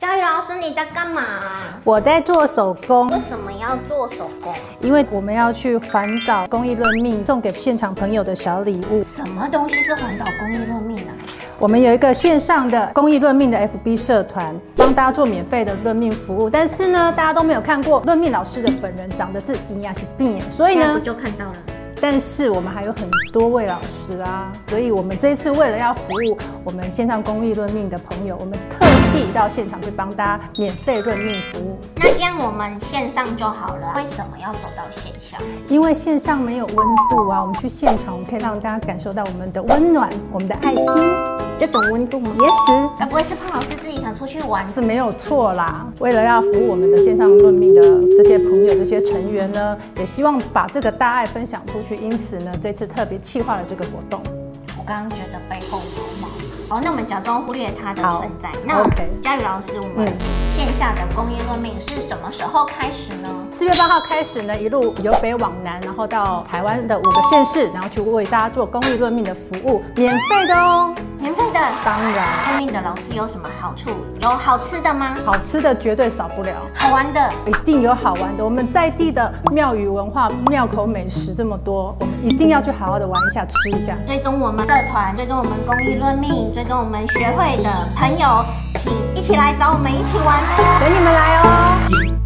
佳宇老师，你在干嘛？我在做手工，为什么要做手工？因为我们要去环岛公益论命，送给现场朋友的小礼物。什么东西是环岛公益论命啊？我们有一个线上的公益论命的 FB 社团，帮大家做免费的论命服务。但是呢，大家都没有看过论命老师的本人长得是营养是病，所以现在不呢，就看到了？但是我们还有很多位老师啊，所以我们这一次为了要服务我们线上公益论命的朋友，我们特地到现场去帮大家免费论命服务。那这样我们线上就好了，为什么要走到线下？因为线上没有温度啊，我们去现场，我们可以让大家感受到我们的温暖，我们的爱心。这种温度吗？ Yes，呃该不会是胖老师自己想出去玩？是没有错啦。为了要服务我们的线上论命的这些朋友、这些成员呢，也希望把这个大爱分享出去。因此呢，这次特别企划了这个活动。我刚刚觉得背后毛毛。好，那我们假装忽略它的好存在。那 OK 佳宇老师，我们嗯线下的公益论命是什么时候开始呢？四月八号开始呢，一路由北往南，然后到台湾的五个县市，然后去为大家做公益论命的服务，免费的哦。免费的。当然，论命的老师有什么好处？有好吃的吗？好吃的绝对少不了。好玩的？一定有好玩的。我们在地的庙宇文化、庙口美食这么多，我们一定要去好好的玩一下、吃一下。追踪我们社团，追踪我们公益论命，追踪我们学会的朋友，请一起来找我们一起玩哦。等你们来哦。一